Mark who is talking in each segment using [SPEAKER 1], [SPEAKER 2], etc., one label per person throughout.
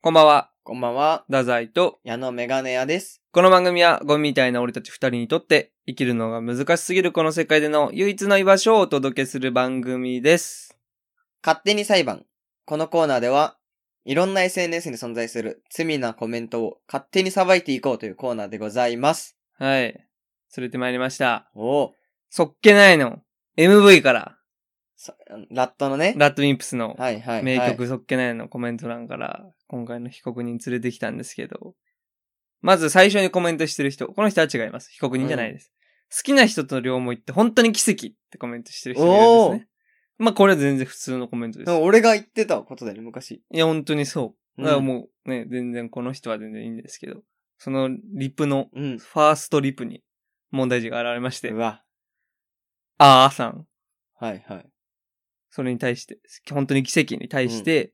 [SPEAKER 1] こんばんは、
[SPEAKER 2] こんばんは。
[SPEAKER 1] ダザイと、
[SPEAKER 2] 矢野メガネ屋です。
[SPEAKER 1] この番組はゴミみたいな俺たち二人にとって、生きるのが難しすぎるこの世界での唯一の居場所をお届けする番組です。
[SPEAKER 2] 勝手に裁判。このコーナーでは、いろんな SNS に存在する罪なコメントを勝手に裁いていこうというコーナーでございます。
[SPEAKER 1] はい。連れてまいりました。
[SPEAKER 2] おお。
[SPEAKER 1] そっけないの。MV から、
[SPEAKER 2] そラットのね。
[SPEAKER 1] ラッドウィンプスの
[SPEAKER 2] はいはい、はい。
[SPEAKER 1] 名曲そっけないのコメント欄から、今回の被告人連れてきたんですけど、まず最初にコメントしてる人、この人は違います。被告人じゃないです。好きな人と両思いって本当に奇跡ってコメントしてる人がいるんですね。まあこれは全然普通のコメントです
[SPEAKER 2] で。も俺が言ってたことだよね、昔。
[SPEAKER 1] いや、本当にそう。
[SPEAKER 2] うん
[SPEAKER 1] だからもうね、全然この人は全然いいんですけど、そのリプの、
[SPEAKER 2] うん。
[SPEAKER 1] ファーストリプに問題児が現れまして
[SPEAKER 2] う、わ。
[SPEAKER 1] あーさん、
[SPEAKER 2] はいはい。
[SPEAKER 1] それに対して、本当に奇跡に対して、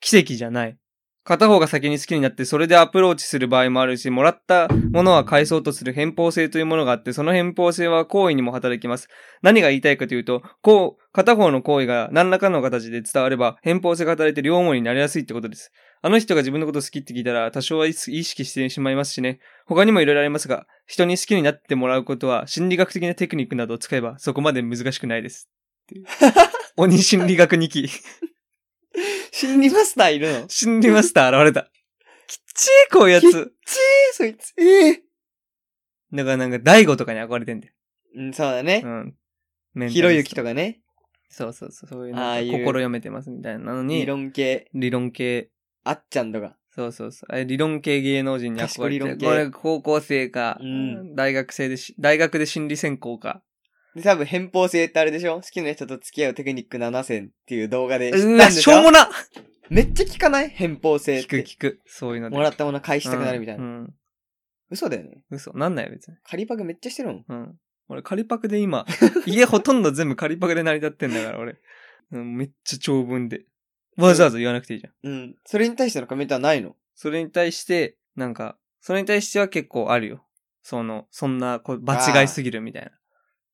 [SPEAKER 1] 奇跡じゃない。片方が先に好きになって、それでアプローチする場合もあるし、もらったものは返そうとする偏方性というものがあって、その偏方性は行為にも働きます。何が言いたいかというと、こう、片方の行為が何らかの形で伝われば、偏方性が働いて両思いになりやすいってことです。あの人が自分のこと好きって聞いたら、多少は意識してしまいますしね。他にもいろいろありますが、人に好きになってもらうことは、心理学的なテクニックなどを使えば、そこまで難しくないです。っていう鬼心理学2期。
[SPEAKER 2] 心理マスターいるの
[SPEAKER 1] 心理マスター現れた。きっちい、こういうや
[SPEAKER 2] きっ
[SPEAKER 1] つ。
[SPEAKER 2] えーそいつ。ええ
[SPEAKER 1] だからなんか、大悟とかに憧れてんだよ。
[SPEAKER 2] うん、そうだね
[SPEAKER 1] う。ん。メンタリスト
[SPEAKER 2] ひろゆきとかね。
[SPEAKER 1] そうそうそう。そういう
[SPEAKER 2] あ
[SPEAKER 1] な
[SPEAKER 2] あ
[SPEAKER 1] ん
[SPEAKER 2] い
[SPEAKER 1] か
[SPEAKER 2] う
[SPEAKER 1] 心読めてますみたいなのに、
[SPEAKER 2] 理
[SPEAKER 1] 理論
[SPEAKER 2] 論系。
[SPEAKER 1] 系。
[SPEAKER 2] あっちゃんとか。
[SPEAKER 1] そうそうそう。あれ理論系芸能人に憧れて
[SPEAKER 2] 賢い理論系
[SPEAKER 1] これ高校生か、
[SPEAKER 2] うん
[SPEAKER 1] 大学生でし、大学で心理専攻か。
[SPEAKER 2] で、多分、偏方性ってあれでしょ好きな人と付き合うテクニック7選っていう動画で知ったん
[SPEAKER 1] う
[SPEAKER 2] で
[SPEAKER 1] わ、
[SPEAKER 2] し
[SPEAKER 1] し
[SPEAKER 2] ょ
[SPEAKER 1] ょうもな
[SPEAKER 2] めっちゃ聞かない偏方性っ
[SPEAKER 1] 聞く
[SPEAKER 2] て。
[SPEAKER 1] 聞く。そういうので。
[SPEAKER 2] もらったもの返したくなるみたいな。
[SPEAKER 1] うん。うん
[SPEAKER 2] 嘘だよね。
[SPEAKER 1] 嘘。なんないよ別に。
[SPEAKER 2] 仮パクめっちゃしてるもん。
[SPEAKER 1] うん。俺、仮パクで 今、家ほとんど全部仮パクで成り立ってんだから、俺。うん、めっちゃ長文で。わざわざ言わなくていいじゃん。
[SPEAKER 2] うん。それに対してのコメントはないの。
[SPEAKER 1] それに対して、なんか、それに対しては結構あるよ。その、そんな、こう、場違いすぎるみたいな。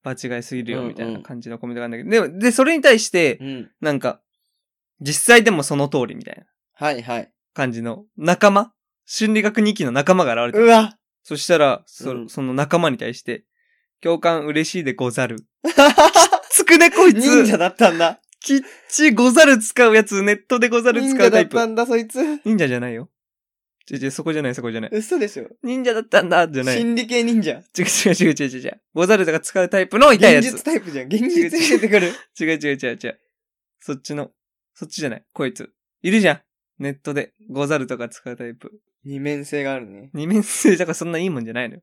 [SPEAKER 1] 場違いすぎるよ、みたい
[SPEAKER 2] うんう
[SPEAKER 1] なん感じのコメントがあるんだけど。でも、で、それに対して
[SPEAKER 2] う、ん。
[SPEAKER 1] なんか、実際でもその通りみたいな
[SPEAKER 2] はいはい。
[SPEAKER 1] 感じの仲間心理学2期の仲間が現れ
[SPEAKER 2] う
[SPEAKER 1] た。
[SPEAKER 2] わ
[SPEAKER 1] そしたら、そ,、
[SPEAKER 2] うん
[SPEAKER 1] その仲間に対して、共感嬉しいでござ る。つくねこいつ
[SPEAKER 2] 忍者だったんだ。
[SPEAKER 1] きっちござる使うやつ、ネットでござる
[SPEAKER 2] 忍
[SPEAKER 1] 使
[SPEAKER 2] 者
[SPEAKER 1] うタ
[SPEAKER 2] だ
[SPEAKER 1] イ
[SPEAKER 2] っ
[SPEAKER 1] プ。
[SPEAKER 2] たんだ、そいつ。
[SPEAKER 1] 忍者じゃないよ。ちょちょ、そこじゃない、そこじゃない。
[SPEAKER 2] 嘘でしょ。
[SPEAKER 1] 忍者だったんだ、じゃない。違う
[SPEAKER 2] 心理系忍者。
[SPEAKER 1] 違う違う違う違う。ござるとか使うタイプの痛いや
[SPEAKER 2] 現
[SPEAKER 1] つ。
[SPEAKER 2] 実タイプじゃん。現実に出てくる。
[SPEAKER 1] 違う違う違う違う。そっちの、そっちじゃない、こいつ。いるじゃん。ネットで、ござるとか使うタイプ。
[SPEAKER 2] 二面性があるね。
[SPEAKER 1] 二面性、だからそんないいもんじゃないのよ。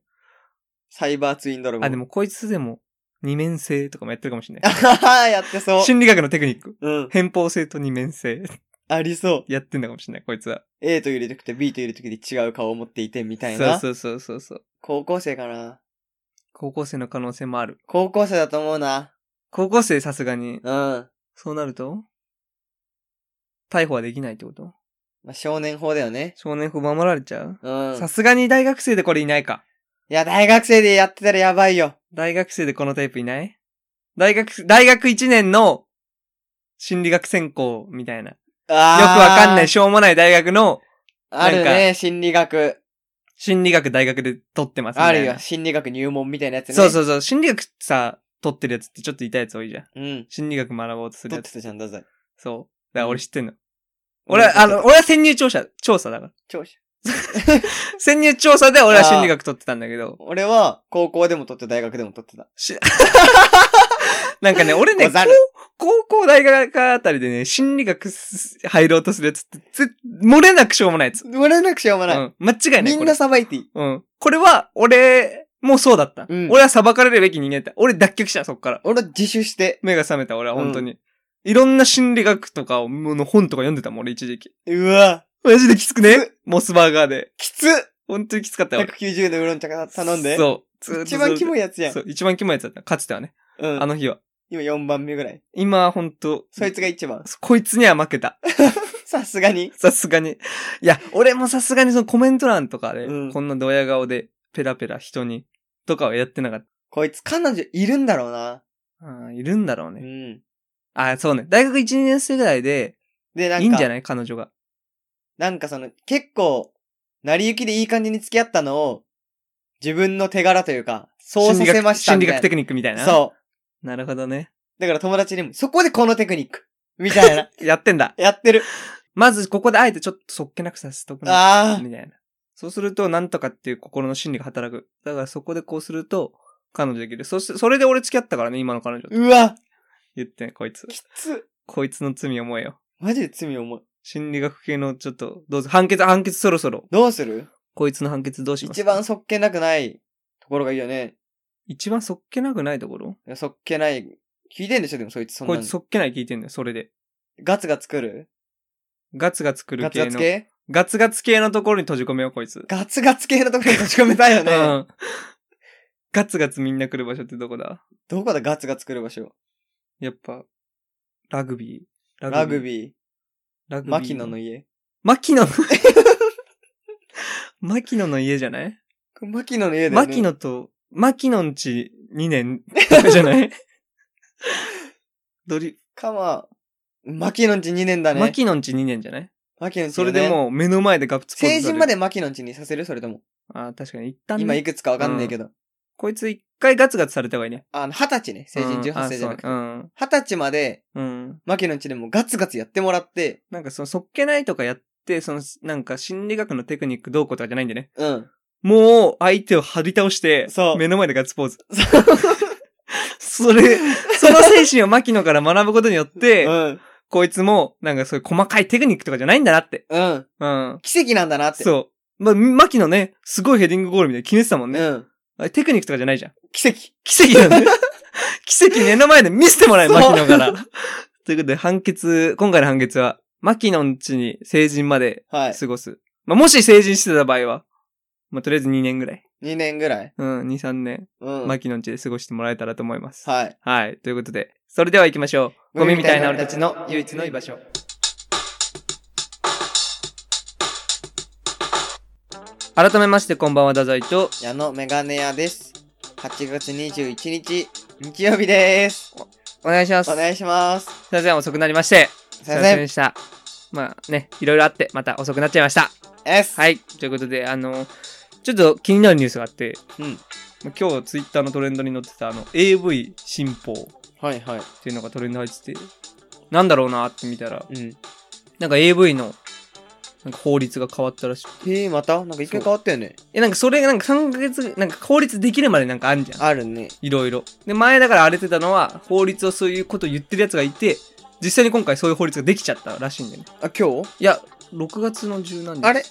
[SPEAKER 2] サイバーツインドラゴン。
[SPEAKER 1] あ、で。もこいつでも、二面性とかもやってるかもしれな
[SPEAKER 2] あ
[SPEAKER 1] い。
[SPEAKER 2] ははやってそう。
[SPEAKER 1] 心理学のテクニック。
[SPEAKER 2] うん。
[SPEAKER 1] 偏方性と二面性。
[SPEAKER 2] ありそう。
[SPEAKER 1] やってんだかもしれない、こいつは。
[SPEAKER 2] A という時と B という時で違う顔を持っていてみたい
[SPEAKER 1] そう
[SPEAKER 2] な。
[SPEAKER 1] そうそうそうそう。
[SPEAKER 2] 高校生かな。
[SPEAKER 1] 高校生の可能性もある。
[SPEAKER 2] 高校生だと思うな。
[SPEAKER 1] 高校生さすがに、
[SPEAKER 2] うん。ま
[SPEAKER 1] そうなると逮捕はできないってこと
[SPEAKER 2] あ、少年法だよね。
[SPEAKER 1] 少年法守られちゃう
[SPEAKER 2] うん。
[SPEAKER 1] さすがに大学生でこれいないか。
[SPEAKER 2] いや、大学生でやってたらやばいよ。
[SPEAKER 1] 大学生でこのタイプいない大学、大学1年の心理学専攻みたいな。よく
[SPEAKER 2] あ
[SPEAKER 1] わかんない、
[SPEAKER 2] し。
[SPEAKER 1] しょうもない大学の
[SPEAKER 2] ある
[SPEAKER 1] な
[SPEAKER 2] ね、心理学。
[SPEAKER 1] 心理学大学で取ってますみた
[SPEAKER 2] あ
[SPEAKER 1] い
[SPEAKER 2] る
[SPEAKER 1] な。
[SPEAKER 2] よ、心理学入門みたいなやつね。。
[SPEAKER 1] そうそううそう。心理学さ、取ってるやつってちょっと痛いやつ多いじゃん。
[SPEAKER 2] うん。
[SPEAKER 1] 心理学学ぼうとする
[SPEAKER 2] 取
[SPEAKER 1] や
[SPEAKER 2] っ
[SPEAKER 1] つ
[SPEAKER 2] て。たじゃん、だぜ。
[SPEAKER 1] そう。だから俺知ってんの。
[SPEAKER 2] 俺
[SPEAKER 1] 俺、
[SPEAKER 2] も知って
[SPEAKER 1] あ
[SPEAKER 2] る
[SPEAKER 1] の、俺は潜入調査、調査だから。
[SPEAKER 2] 調子。
[SPEAKER 1] 潜入調査で俺は心理学取ってたんだけど、
[SPEAKER 2] 俺は、高校でも取って大学でも取ってた。
[SPEAKER 1] しなんかね、俺ね、
[SPEAKER 2] ご
[SPEAKER 1] 高
[SPEAKER 2] ざる
[SPEAKER 1] 高校大学あたりでね、心理学す入ろうとするやつって、ぜ漏れなくしょうもないやつ。
[SPEAKER 2] 俺なくしょうも
[SPEAKER 1] う
[SPEAKER 2] ない。
[SPEAKER 1] ん、間違いない。
[SPEAKER 2] みんな
[SPEAKER 1] こ
[SPEAKER 2] さばいていい。
[SPEAKER 1] れうん。これは、俺、もうそうだった。
[SPEAKER 2] うん
[SPEAKER 1] 俺は裁かれるべき人間だった。俺脱却した、そっから。
[SPEAKER 2] 俺は自首して。
[SPEAKER 1] 目が覚めた、俺は本当に。いろんな心理学とかを、もうの本とか読んでたもん、俺一時期。
[SPEAKER 2] うわ、
[SPEAKER 1] マジできつくねモスバーガーで。
[SPEAKER 2] きつ
[SPEAKER 1] 本当にきつかったよ。俺
[SPEAKER 2] !190 のウーロン茶か頼んで。う。
[SPEAKER 1] そう。ずーっと
[SPEAKER 2] 一番キモ
[SPEAKER 1] い
[SPEAKER 2] いやつやん
[SPEAKER 1] そ。う、一番キモいやつだった。かつてはね。
[SPEAKER 2] うん
[SPEAKER 1] あ。の日は。
[SPEAKER 2] 今4番目ぐらい。
[SPEAKER 1] 今、ほんと、
[SPEAKER 2] そいつが1番。
[SPEAKER 1] こいつには負けた。
[SPEAKER 2] さすがに。
[SPEAKER 1] さすがに。いや、俺もさすがにそのコメント欄とかで、
[SPEAKER 2] うん
[SPEAKER 1] こんなドヤ顔で、ペラペラ人に、とかはやってなかっ
[SPEAKER 2] こいつ彼女いるんだろうな。
[SPEAKER 1] た。あーいるんだろう
[SPEAKER 2] う
[SPEAKER 1] ね。
[SPEAKER 2] ん。
[SPEAKER 1] あーそうね。大学1、2年生ぐらいで、
[SPEAKER 2] で、なんか。
[SPEAKER 1] いいんじゃない彼女が。
[SPEAKER 2] なんかその、結構、成り行きでいい感じに付き合ったのを、自分の手柄というか、そうさせました
[SPEAKER 1] 心理
[SPEAKER 2] みたい
[SPEAKER 1] 学
[SPEAKER 2] な。
[SPEAKER 1] テクニックみたいな。。
[SPEAKER 2] そう
[SPEAKER 1] なるほどね。
[SPEAKER 2] う。だから友達にも、そこでこのテクニック。みたいな。
[SPEAKER 1] やってんだ。
[SPEAKER 2] やってる。
[SPEAKER 1] まず、ここであえてちょっとそっけなくさせとくな。
[SPEAKER 2] ああ。
[SPEAKER 1] みたいな。そうすると、なんとかっていう心の心理が働く。だからそこでこうすると、彼女できる。そして、それで俺付き合ったからね、今の彼女と。
[SPEAKER 2] うわ。
[SPEAKER 1] 言ってね、こいつ。
[SPEAKER 2] きつ。
[SPEAKER 1] こいつの罪思えよ。
[SPEAKER 2] マジで罪重い。
[SPEAKER 1] 心理学系のちょっと、どうぞ、判決、判決そろそろ。
[SPEAKER 2] どうする
[SPEAKER 1] こいつの判決どうします
[SPEAKER 2] 一
[SPEAKER 1] か
[SPEAKER 2] 番そっけなくないところがいいよね。
[SPEAKER 1] 一番そっけなくないところ
[SPEAKER 2] いやそっけない。聞いてんでしょでもそいつそん
[SPEAKER 1] こ
[SPEAKER 2] ないの
[SPEAKER 1] つそっけない聞いてんだよ、それで。
[SPEAKER 2] ガツガツ来る
[SPEAKER 1] ガツガツ来
[SPEAKER 2] ガ
[SPEAKER 1] る
[SPEAKER 2] ツ
[SPEAKER 1] 系の。
[SPEAKER 2] ガツ系
[SPEAKER 1] ガツガツ系のところに閉じ込めよう、こいつ。
[SPEAKER 2] ガツガツ系のところに閉じ込めたいよ
[SPEAKER 1] う
[SPEAKER 2] ね。
[SPEAKER 1] ん。ガツガツみんな来る場所ってどこだ
[SPEAKER 2] どこだガツガツ来る場所。
[SPEAKER 1] やっぱ、ラグビー。
[SPEAKER 2] ラグ
[SPEAKER 1] ー。
[SPEAKER 2] ビー。
[SPEAKER 1] ラグビー。
[SPEAKER 2] 牧野の家。
[SPEAKER 1] 牧野の 牧野の家じゃない
[SPEAKER 2] これ牧野の家だよね。
[SPEAKER 1] 牧野と、牧野んち2年とかじゃない ドリ、
[SPEAKER 2] かま、牧野んち2年だね。
[SPEAKER 1] 牧野んち2年じゃない
[SPEAKER 2] 牧野んち、ね。
[SPEAKER 1] それでもう目の前でガプツポーズ
[SPEAKER 2] 成人ま
[SPEAKER 1] で。
[SPEAKER 2] で牧野んちにさせるそれとも。
[SPEAKER 1] あー確かに。一旦ね、
[SPEAKER 2] 今いくつかわかんないけど。
[SPEAKER 1] こいつ一回ガツガツされた方がいいね。
[SPEAKER 2] あの、二十歳ね。成人
[SPEAKER 1] うん
[SPEAKER 2] 18歳じゃなくて。
[SPEAKER 1] あそう
[SPEAKER 2] 二十歳まで、
[SPEAKER 1] うん。うん。
[SPEAKER 2] 牧野んちでもガツガツやってもらって、
[SPEAKER 1] なんかその、そっけないとかやって、その、なんか心理学のテクニックどうこうとかじゃないんでね。
[SPEAKER 2] うん。
[SPEAKER 1] もう、相手を張り倒して、
[SPEAKER 2] そう
[SPEAKER 1] 目の前でガッツポーズ。それ、その精神を牧野から学ぶことによって、
[SPEAKER 2] うん。
[SPEAKER 1] こいつも、なんかそういう細かいテクニックとかじゃないんだなって。
[SPEAKER 2] うん。
[SPEAKER 1] うん。
[SPEAKER 2] 奇跡なんだなって。う。
[SPEAKER 1] そう。まあ、牧野ね、すごいヘディングゴールみたいに決めてたもん
[SPEAKER 2] う
[SPEAKER 1] ね。
[SPEAKER 2] ん。
[SPEAKER 1] あれテクニックとかじゃないじゃん。
[SPEAKER 2] 奇跡。
[SPEAKER 1] 奇跡なんだ よ。奇跡目の前で見せてもらえ、
[SPEAKER 2] そう
[SPEAKER 1] 牧野から。ということで、判決、今回の判決は、牧野ん家に成人まで
[SPEAKER 2] はい。
[SPEAKER 1] 過ごす。まあ、もし成人してた場合は、まあ、とりあえず2年ぐらい。
[SPEAKER 2] 2年ぐらい。
[SPEAKER 1] うん、2、3年、
[SPEAKER 2] うん。
[SPEAKER 1] 牧野ん家で過ごしてもらえたらと思います。
[SPEAKER 2] はい。
[SPEAKER 1] はい。ということで、それでは行きましょう。ゴミみたいな俺たちの唯一の居場所。改めまして、こんばんは、太宰と、
[SPEAKER 2] 矢野メガネ屋です。8月21日、日曜日です。
[SPEAKER 1] お願いします。
[SPEAKER 2] お願いします。
[SPEAKER 1] すいません、遅くなりまして。
[SPEAKER 2] す
[SPEAKER 1] す
[SPEAKER 2] い
[SPEAKER 1] い
[SPEAKER 2] ま
[SPEAKER 1] ませ
[SPEAKER 2] せん
[SPEAKER 1] ん。でした。まあね、いろいろあって、また遅くなっちゃいました。
[SPEAKER 2] S。
[SPEAKER 1] はい。ということで、あの、ちょっと気になるニュースがあって、
[SPEAKER 2] うん。
[SPEAKER 1] まあ今日ツイッターのトレンドに載ってた、あの、AV 新法っ
[SPEAKER 2] はいは
[SPEAKER 1] ていうのがトレンド入ってて、なんだろうなって見たら、
[SPEAKER 2] い。うん。
[SPEAKER 1] なんか AV の、なんか法律が変わったらしい。
[SPEAKER 2] えー、またなんか一回変わったよね。
[SPEAKER 1] え、なんかそれがなんか3ヶ月、なんか法律できるまでなんかあんじゃん。
[SPEAKER 2] あるね。
[SPEAKER 1] いろいろ。で、前だから荒れてたのは、法律をそういうこと言ってるやつがいて、実際に今回そういう法律ができちゃったらしいんだよね。
[SPEAKER 2] あ、今日
[SPEAKER 1] いや、6月の十何日。
[SPEAKER 2] あれ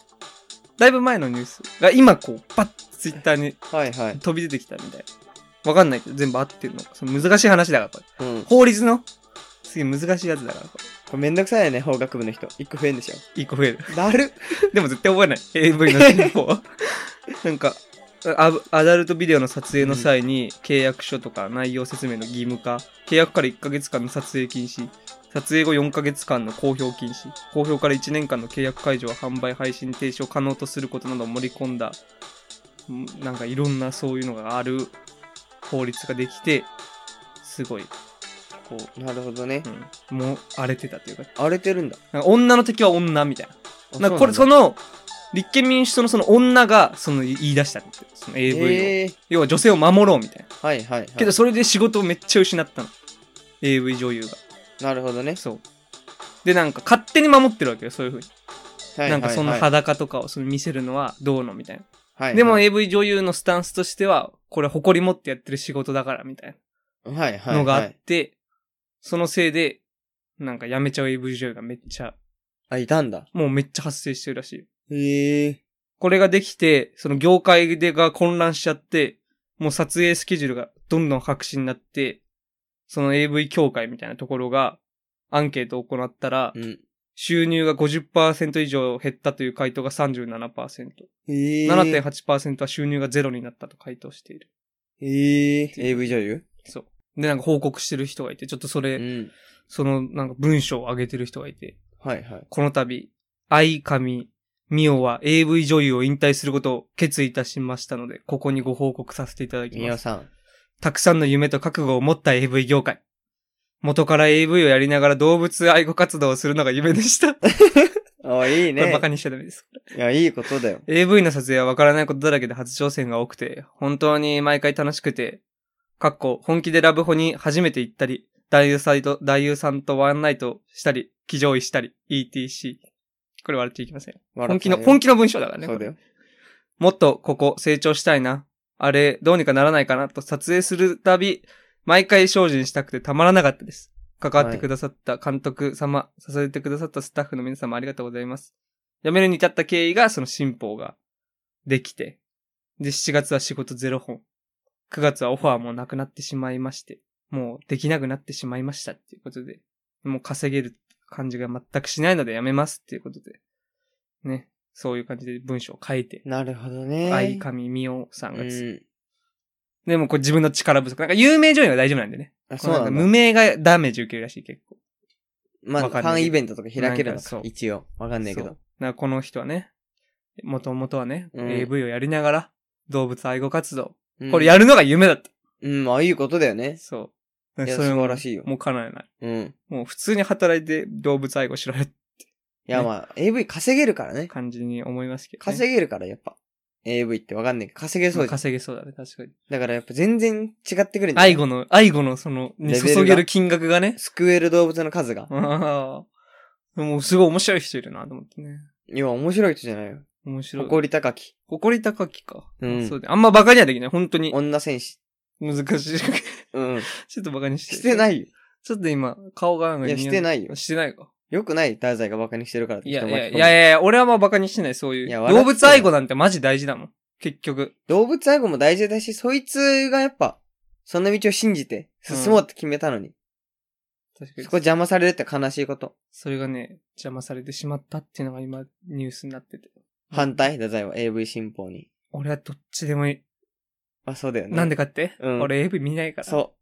[SPEAKER 1] だいぶ前のニュースが今こう、パッとツイッターに
[SPEAKER 2] はいはい。
[SPEAKER 1] 飛び出てきたみたいな。わかんないけど、全部合ってるのか。その難しい話だから、これ。
[SPEAKER 2] うん。こ
[SPEAKER 1] 法律の、すげえ難しいやつだから、これ。
[SPEAKER 2] れめんどくさいよね、法学部の人。一個増えんでしょ。
[SPEAKER 1] 一個増える。
[SPEAKER 2] だる
[SPEAKER 1] でも絶対覚えない。AV の進行は。 なんか、アブアダルトビデオの撮影の際に契約書とか内容説明の義務化契約から1ヶ月間の撮影禁止撮影後4ヶ月間の公表禁止公表から1年間の契約解除は販売配信停止を可能とすることなどを盛り込んだんなんかいろんなそういうのがある法律ができてすごいこう、
[SPEAKER 2] なるほどね。
[SPEAKER 1] うん、もう荒れてたというか
[SPEAKER 2] 荒れてるんだ。
[SPEAKER 1] なんか女の敵は女みたいな
[SPEAKER 2] あ
[SPEAKER 1] なんかこれそ
[SPEAKER 2] の
[SPEAKER 1] の立憲民主党のその女がその言い出したんですよその AV を、
[SPEAKER 2] えー、
[SPEAKER 1] 要は女性を守ろうみたいな
[SPEAKER 2] はいはいはい。
[SPEAKER 1] けどそれで仕事をめっちゃ失ったの AV 女優が
[SPEAKER 2] なるほどね。
[SPEAKER 1] そうでなんか勝手に守ってるわけよそういうふうに、
[SPEAKER 2] はいはいはい、
[SPEAKER 1] なんかその裸とかをその見せるのはどうのみたいな、
[SPEAKER 2] はいはい
[SPEAKER 1] でも AV 女優のスタンスとしてはこれ誇り持ってやってる仕事だからみたい
[SPEAKER 2] はいは。
[SPEAKER 1] ないのがあ
[SPEAKER 2] は
[SPEAKER 1] っ
[SPEAKER 2] い
[SPEAKER 1] て、そのせいでなんかやめちゃう AV 女優がめっちゃ
[SPEAKER 2] あ、いたんだ。
[SPEAKER 1] もうめっちゃ発生してるらしいよ
[SPEAKER 2] へえ。
[SPEAKER 1] これができて、その業界でが混乱しちゃって、もう撮影スケジュールがどんどん白紙になって、その AV 協会みたいなところがアンケートを行ったら、
[SPEAKER 2] うん。
[SPEAKER 1] 収入が50%以上減ったという回答が37%、
[SPEAKER 2] へえ。
[SPEAKER 1] 7.8%は収入がゼロになったと回答している。
[SPEAKER 2] へえ。AV 女優
[SPEAKER 1] そう。で、なんか報告してる人がいて、ちょっとそれ、
[SPEAKER 2] うん。
[SPEAKER 1] そのなんか文章を上げてる人がいて、
[SPEAKER 2] はいはい。
[SPEAKER 1] この度、愛神美桜は AV 女優を引退することを決意いたしましたので、ここにご報告させていただき
[SPEAKER 2] み
[SPEAKER 1] ま
[SPEAKER 2] お
[SPEAKER 1] す。
[SPEAKER 2] さん。
[SPEAKER 1] たくさんの夢と覚悟を持った AV 業界。元から AV をやりながら動物愛護活動をするのが夢でした。
[SPEAKER 2] あ、い い
[SPEAKER 1] これ
[SPEAKER 2] ね
[SPEAKER 1] バカ。にしちゃダメです。
[SPEAKER 2] いや、いいことだよ。
[SPEAKER 1] AV の撮影はわからないことだらけで初挑戦が多くて、本当に毎回楽しくて、かっこ、本気でラブホに初めて行ったり、男優さんと、男優さんとワンナイトしたり、騎乗位したり、ETC。これ笑っちゃいけません。本気の、本
[SPEAKER 2] 気
[SPEAKER 1] 気の文章だからね。
[SPEAKER 2] そうだよ。
[SPEAKER 1] もっとここ成長したいな。あれ、どうにかならないかなと撮影するたび、毎回精進したくてたまらなかったです。関わってくださった監督様、支えてくださったスタッフの皆様ありがとうございます。辞めるに至った経緯がその新法ができて、で、7月は仕事0本、9月はオファーもなくなってしまいまして、もうできなくなってしまいましたっていうことで、もう稼げる感じが全くしないので辞めますっていうことで、ね、そういう感じで文章を書いて、
[SPEAKER 2] なるほどね。
[SPEAKER 1] 相上美桜さんが
[SPEAKER 2] う
[SPEAKER 1] です、
[SPEAKER 2] ん。
[SPEAKER 1] でもこう自分の力不足。なんか有名女優は大丈夫なんでね。
[SPEAKER 2] あ、そうな
[SPEAKER 1] こ
[SPEAKER 2] ん
[SPEAKER 1] う
[SPEAKER 2] だ
[SPEAKER 1] か無。名がダメージ受けるらしい結構。
[SPEAKER 2] まあ、
[SPEAKER 1] わ
[SPEAKER 2] フ
[SPEAKER 1] かんない
[SPEAKER 2] ァンイベントとか開ける
[SPEAKER 1] なん
[SPEAKER 2] の
[SPEAKER 1] かそう。
[SPEAKER 2] か一応。わかんないけ
[SPEAKER 1] そう
[SPEAKER 2] ど。。
[SPEAKER 1] なんかこの人はね、もともとはね、
[SPEAKER 2] うん
[SPEAKER 1] AV をやりながら動物愛護活動。
[SPEAKER 2] うん
[SPEAKER 1] これやるのが夢だった。
[SPEAKER 2] うん、まあ、いいことだよね。
[SPEAKER 1] そう。
[SPEAKER 2] いや
[SPEAKER 1] それも
[SPEAKER 2] 素晴らしいよ
[SPEAKER 1] もう叶えない。
[SPEAKER 2] うん。
[SPEAKER 1] もう普通に働いて動物愛護しろよって
[SPEAKER 2] いや、
[SPEAKER 1] ね
[SPEAKER 2] まあ、AV 稼げるからね。
[SPEAKER 1] 感じに思いますけど、ね。
[SPEAKER 2] 稼げるから、やっぱ。AV ってわかんないけど、稼げそうじゃん。
[SPEAKER 1] 稼げそうだね、確かに。
[SPEAKER 2] だからやっぱ全然違ってくるんじゃない
[SPEAKER 1] 愛護の、愛護のその、に
[SPEAKER 2] レベルが
[SPEAKER 1] 注げる金額がね。
[SPEAKER 2] 救える動物の数が。
[SPEAKER 1] ああ。もうすごい面白い人いるなと思ってね。
[SPEAKER 2] いや、面白い人じゃないよ。
[SPEAKER 1] 面白い。
[SPEAKER 2] 誇り高き。
[SPEAKER 1] 誇り高きか。
[SPEAKER 2] うん
[SPEAKER 1] そうで。あんまバカにはできない。本当に。
[SPEAKER 2] 女戦士。
[SPEAKER 1] 難しい。
[SPEAKER 2] うん。
[SPEAKER 1] ちょっとバカにして。。
[SPEAKER 2] してないいよ。
[SPEAKER 1] ちょっと今、顔がなんか
[SPEAKER 2] いや、してないよ。
[SPEAKER 1] してないか。
[SPEAKER 2] よくない太宰がバカにしてるからって
[SPEAKER 1] いや
[SPEAKER 2] 人
[SPEAKER 1] い
[SPEAKER 2] 巻き
[SPEAKER 1] や
[SPEAKER 2] 込
[SPEAKER 1] い
[SPEAKER 2] む
[SPEAKER 1] やいやいや、俺はまあバカにしてない、そういう。
[SPEAKER 2] いや笑
[SPEAKER 1] 動
[SPEAKER 2] って
[SPEAKER 1] 物愛護なんてマジ大事だもん。結局。
[SPEAKER 2] 動物愛護も大事だし、そいつがやっぱ、その道を信じて進もうって決めたのに、
[SPEAKER 1] 確か
[SPEAKER 2] そ
[SPEAKER 1] に
[SPEAKER 2] こ。邪魔されるって悲しいこと。
[SPEAKER 1] それがね、邪魔されてしまったっていうのが今、ニュースになってて。
[SPEAKER 2] 反対太宰は AV 新法に。
[SPEAKER 1] 俺はどっちでもいい。
[SPEAKER 2] あ、そうだよね。
[SPEAKER 1] なんでかって、
[SPEAKER 2] うん
[SPEAKER 1] 俺 AV 見ないから。
[SPEAKER 2] そ。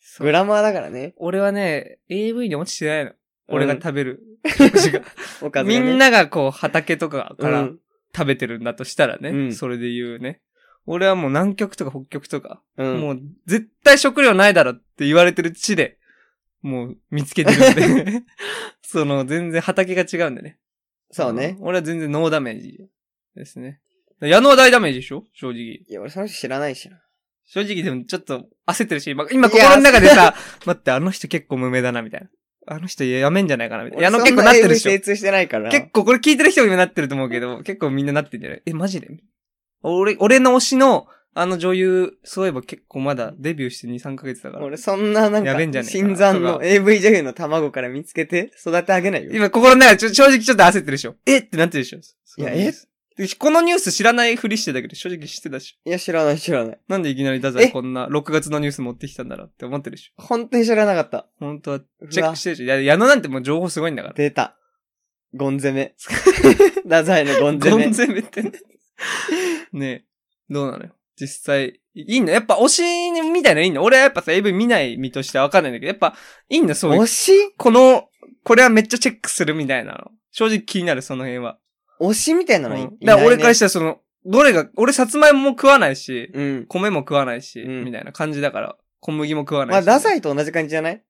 [SPEAKER 1] そう
[SPEAKER 2] グラマーだからね。
[SPEAKER 1] 俺はね、AV に落ちてないの。俺が
[SPEAKER 2] うん
[SPEAKER 1] 食べる食事 が。
[SPEAKER 2] おかず
[SPEAKER 1] み
[SPEAKER 2] がね
[SPEAKER 1] んながこう、畑とかから、
[SPEAKER 2] うん。
[SPEAKER 1] 食べてるんだとしたらね、
[SPEAKER 2] うん
[SPEAKER 1] それで言うね。俺はもう南極とか北極とか、
[SPEAKER 2] うん
[SPEAKER 1] もう絶対食料ないだろって言われてる地で、もう見つけてるん で、その全然畑が違うんでね。
[SPEAKER 2] そうね。
[SPEAKER 1] ん。俺は全然ノーダメージですね。矢野は大ダメージでしょ正直。
[SPEAKER 2] いや、俺その人知らないしな。
[SPEAKER 1] 正直でもちょっと焦ってるし、今今
[SPEAKER 2] いや
[SPEAKER 1] 心の中でさ、待って、あの人結構無名だな、みたいな。あの人やめんじゃないかな、みたいな。矢野結構なってるでしょ
[SPEAKER 2] 俺そんな AV 精通してないから。
[SPEAKER 1] 結構これ聞いてる人も今なってると思うけど、結構みんななってんじゃないえ、マジで俺、俺の推しの、あの女優、そういえば結構まだデビューして2、3ヶ月だから。
[SPEAKER 2] 俺そんななん
[SPEAKER 1] やべんじゃ
[SPEAKER 2] か、
[SPEAKER 1] ねえか
[SPEAKER 2] 新参
[SPEAKER 1] と
[SPEAKER 2] の
[SPEAKER 1] か
[SPEAKER 2] AV 女優の卵から見つけて育てあげないよ。
[SPEAKER 1] 今心の中でちょ正直ちょっと焦ってるでしょえってなってるでしょ
[SPEAKER 2] いや
[SPEAKER 1] そのニュースでこのニュース知らないふりしてたけど、正直知ってたでしょ
[SPEAKER 2] いや、知らない知らない。
[SPEAKER 1] なんでいきなりダザ
[SPEAKER 2] え
[SPEAKER 1] こんな6月のニュース持ってきたんだろうって思ってるでしょ
[SPEAKER 2] 本当に知らなかった。
[SPEAKER 1] 本当はチェックしてるでしょいや、矢野なんてもう情報すごいんだから。
[SPEAKER 2] 出た。ゴン攻 め。ダザイのゴン攻
[SPEAKER 1] ゴ
[SPEAKER 2] め
[SPEAKER 1] ン。ゼメってね。 ねえ、どうなのよ。実際、いいのやっぱ推しみたいなのいいの俺はやっぱさ、AV 見ない身としてはわかんないんだけど、やっぱ、いいんだ、そういう
[SPEAKER 2] 推。し
[SPEAKER 1] この、これはめっちゃチェックするみたいなの。正直気になる、その辺は。
[SPEAKER 2] 推しみたいなのい,、
[SPEAKER 1] うんだから俺からしたたらその、どれが、俺さつまいもも食わないし、
[SPEAKER 2] うん。
[SPEAKER 1] 米も食わないし、
[SPEAKER 2] うん
[SPEAKER 1] みたいな感じだから、小麦も食わな
[SPEAKER 2] ま
[SPEAKER 1] い
[SPEAKER 2] あ、
[SPEAKER 1] し。
[SPEAKER 2] ダサ
[SPEAKER 1] い。
[SPEAKER 2] イと同じ感じじゃない